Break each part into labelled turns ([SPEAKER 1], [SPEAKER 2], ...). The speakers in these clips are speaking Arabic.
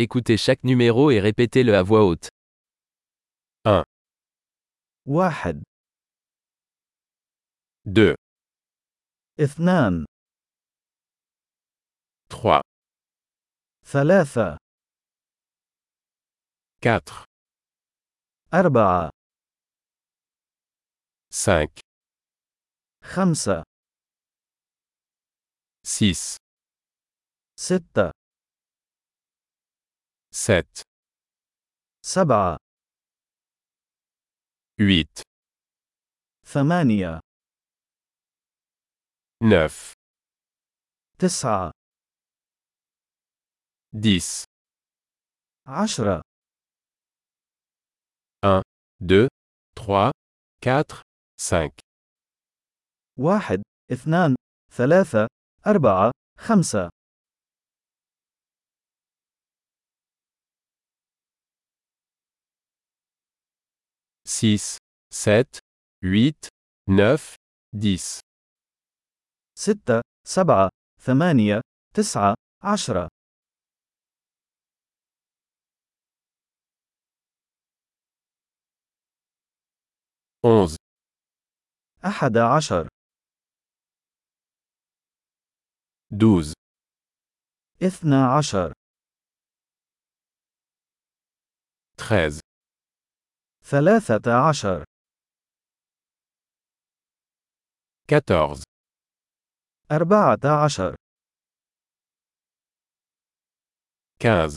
[SPEAKER 1] Écoutez chaque numéro et répétez-le à voix haute.
[SPEAKER 2] واحد
[SPEAKER 1] 2,
[SPEAKER 2] اثنان
[SPEAKER 1] 3,
[SPEAKER 2] ثلاثة
[SPEAKER 1] 4,
[SPEAKER 2] أربعة
[SPEAKER 1] 5,
[SPEAKER 2] خمسة
[SPEAKER 1] 6,
[SPEAKER 2] ستة
[SPEAKER 1] 7,
[SPEAKER 2] سبعة
[SPEAKER 1] 8,
[SPEAKER 2] ثمانية
[SPEAKER 1] 9,
[SPEAKER 2] تسعة
[SPEAKER 1] 10,
[SPEAKER 2] عشرة
[SPEAKER 1] 2, 3, 4, 5,
[SPEAKER 2] واحد اثنان ثلاثة أربعة خمسة
[SPEAKER 1] 6, 7, 8, 9, 10,
[SPEAKER 2] ستة سبعة ثمانية تسعة عشرة
[SPEAKER 1] 11,
[SPEAKER 2] أحد عشر
[SPEAKER 1] 12,
[SPEAKER 2] اثنى عشر
[SPEAKER 1] 13,
[SPEAKER 2] ثلاثة عشر
[SPEAKER 1] 14,
[SPEAKER 2] أربعة عشر
[SPEAKER 1] 15,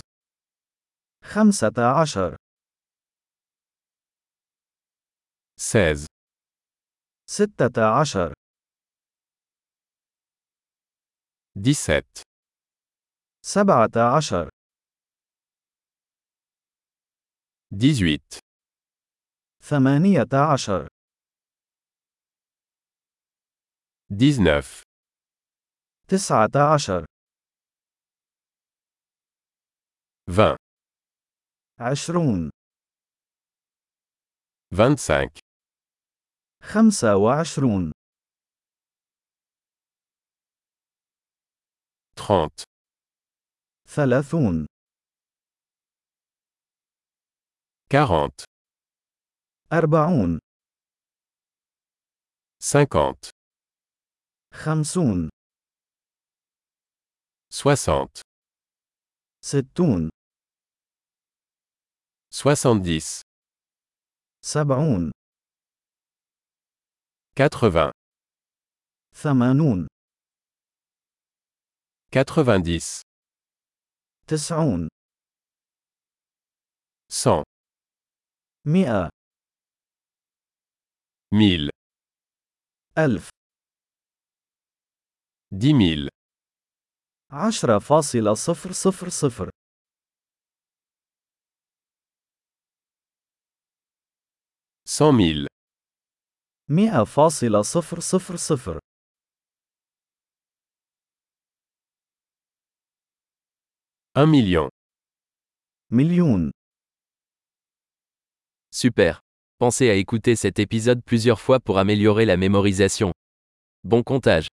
[SPEAKER 2] خمسة عشر
[SPEAKER 1] 16,
[SPEAKER 2] ستة عشر
[SPEAKER 1] 17,
[SPEAKER 2] سبعة
[SPEAKER 1] 18,
[SPEAKER 2] عشر ثمانية عشر
[SPEAKER 1] 19,
[SPEAKER 2] تسعة عشر
[SPEAKER 1] 20,
[SPEAKER 2] عشرون
[SPEAKER 1] 25,
[SPEAKER 2] خمسة وعشرون
[SPEAKER 1] 30,
[SPEAKER 2] ثلاثون
[SPEAKER 1] 40,
[SPEAKER 2] أربعون
[SPEAKER 1] 50,
[SPEAKER 2] خمسون
[SPEAKER 1] 60,
[SPEAKER 2] ستون
[SPEAKER 1] 70,
[SPEAKER 2] سبعون
[SPEAKER 1] 80,
[SPEAKER 2] ثمانون
[SPEAKER 1] 90,
[SPEAKER 2] تسعون
[SPEAKER 1] 100,
[SPEAKER 2] مئة
[SPEAKER 1] 1000,
[SPEAKER 2] ألف
[SPEAKER 1] 10 000,
[SPEAKER 2] عشرة فاصلة صفر صفر صفر
[SPEAKER 1] 100 000,
[SPEAKER 2] مئة فاصلة صفر صفر صفر
[SPEAKER 1] 1 million.
[SPEAKER 2] مليون
[SPEAKER 1] Super. Pensez à écouter cet épisode plusieurs fois pour améliorer la mémorisation. Bon comptage.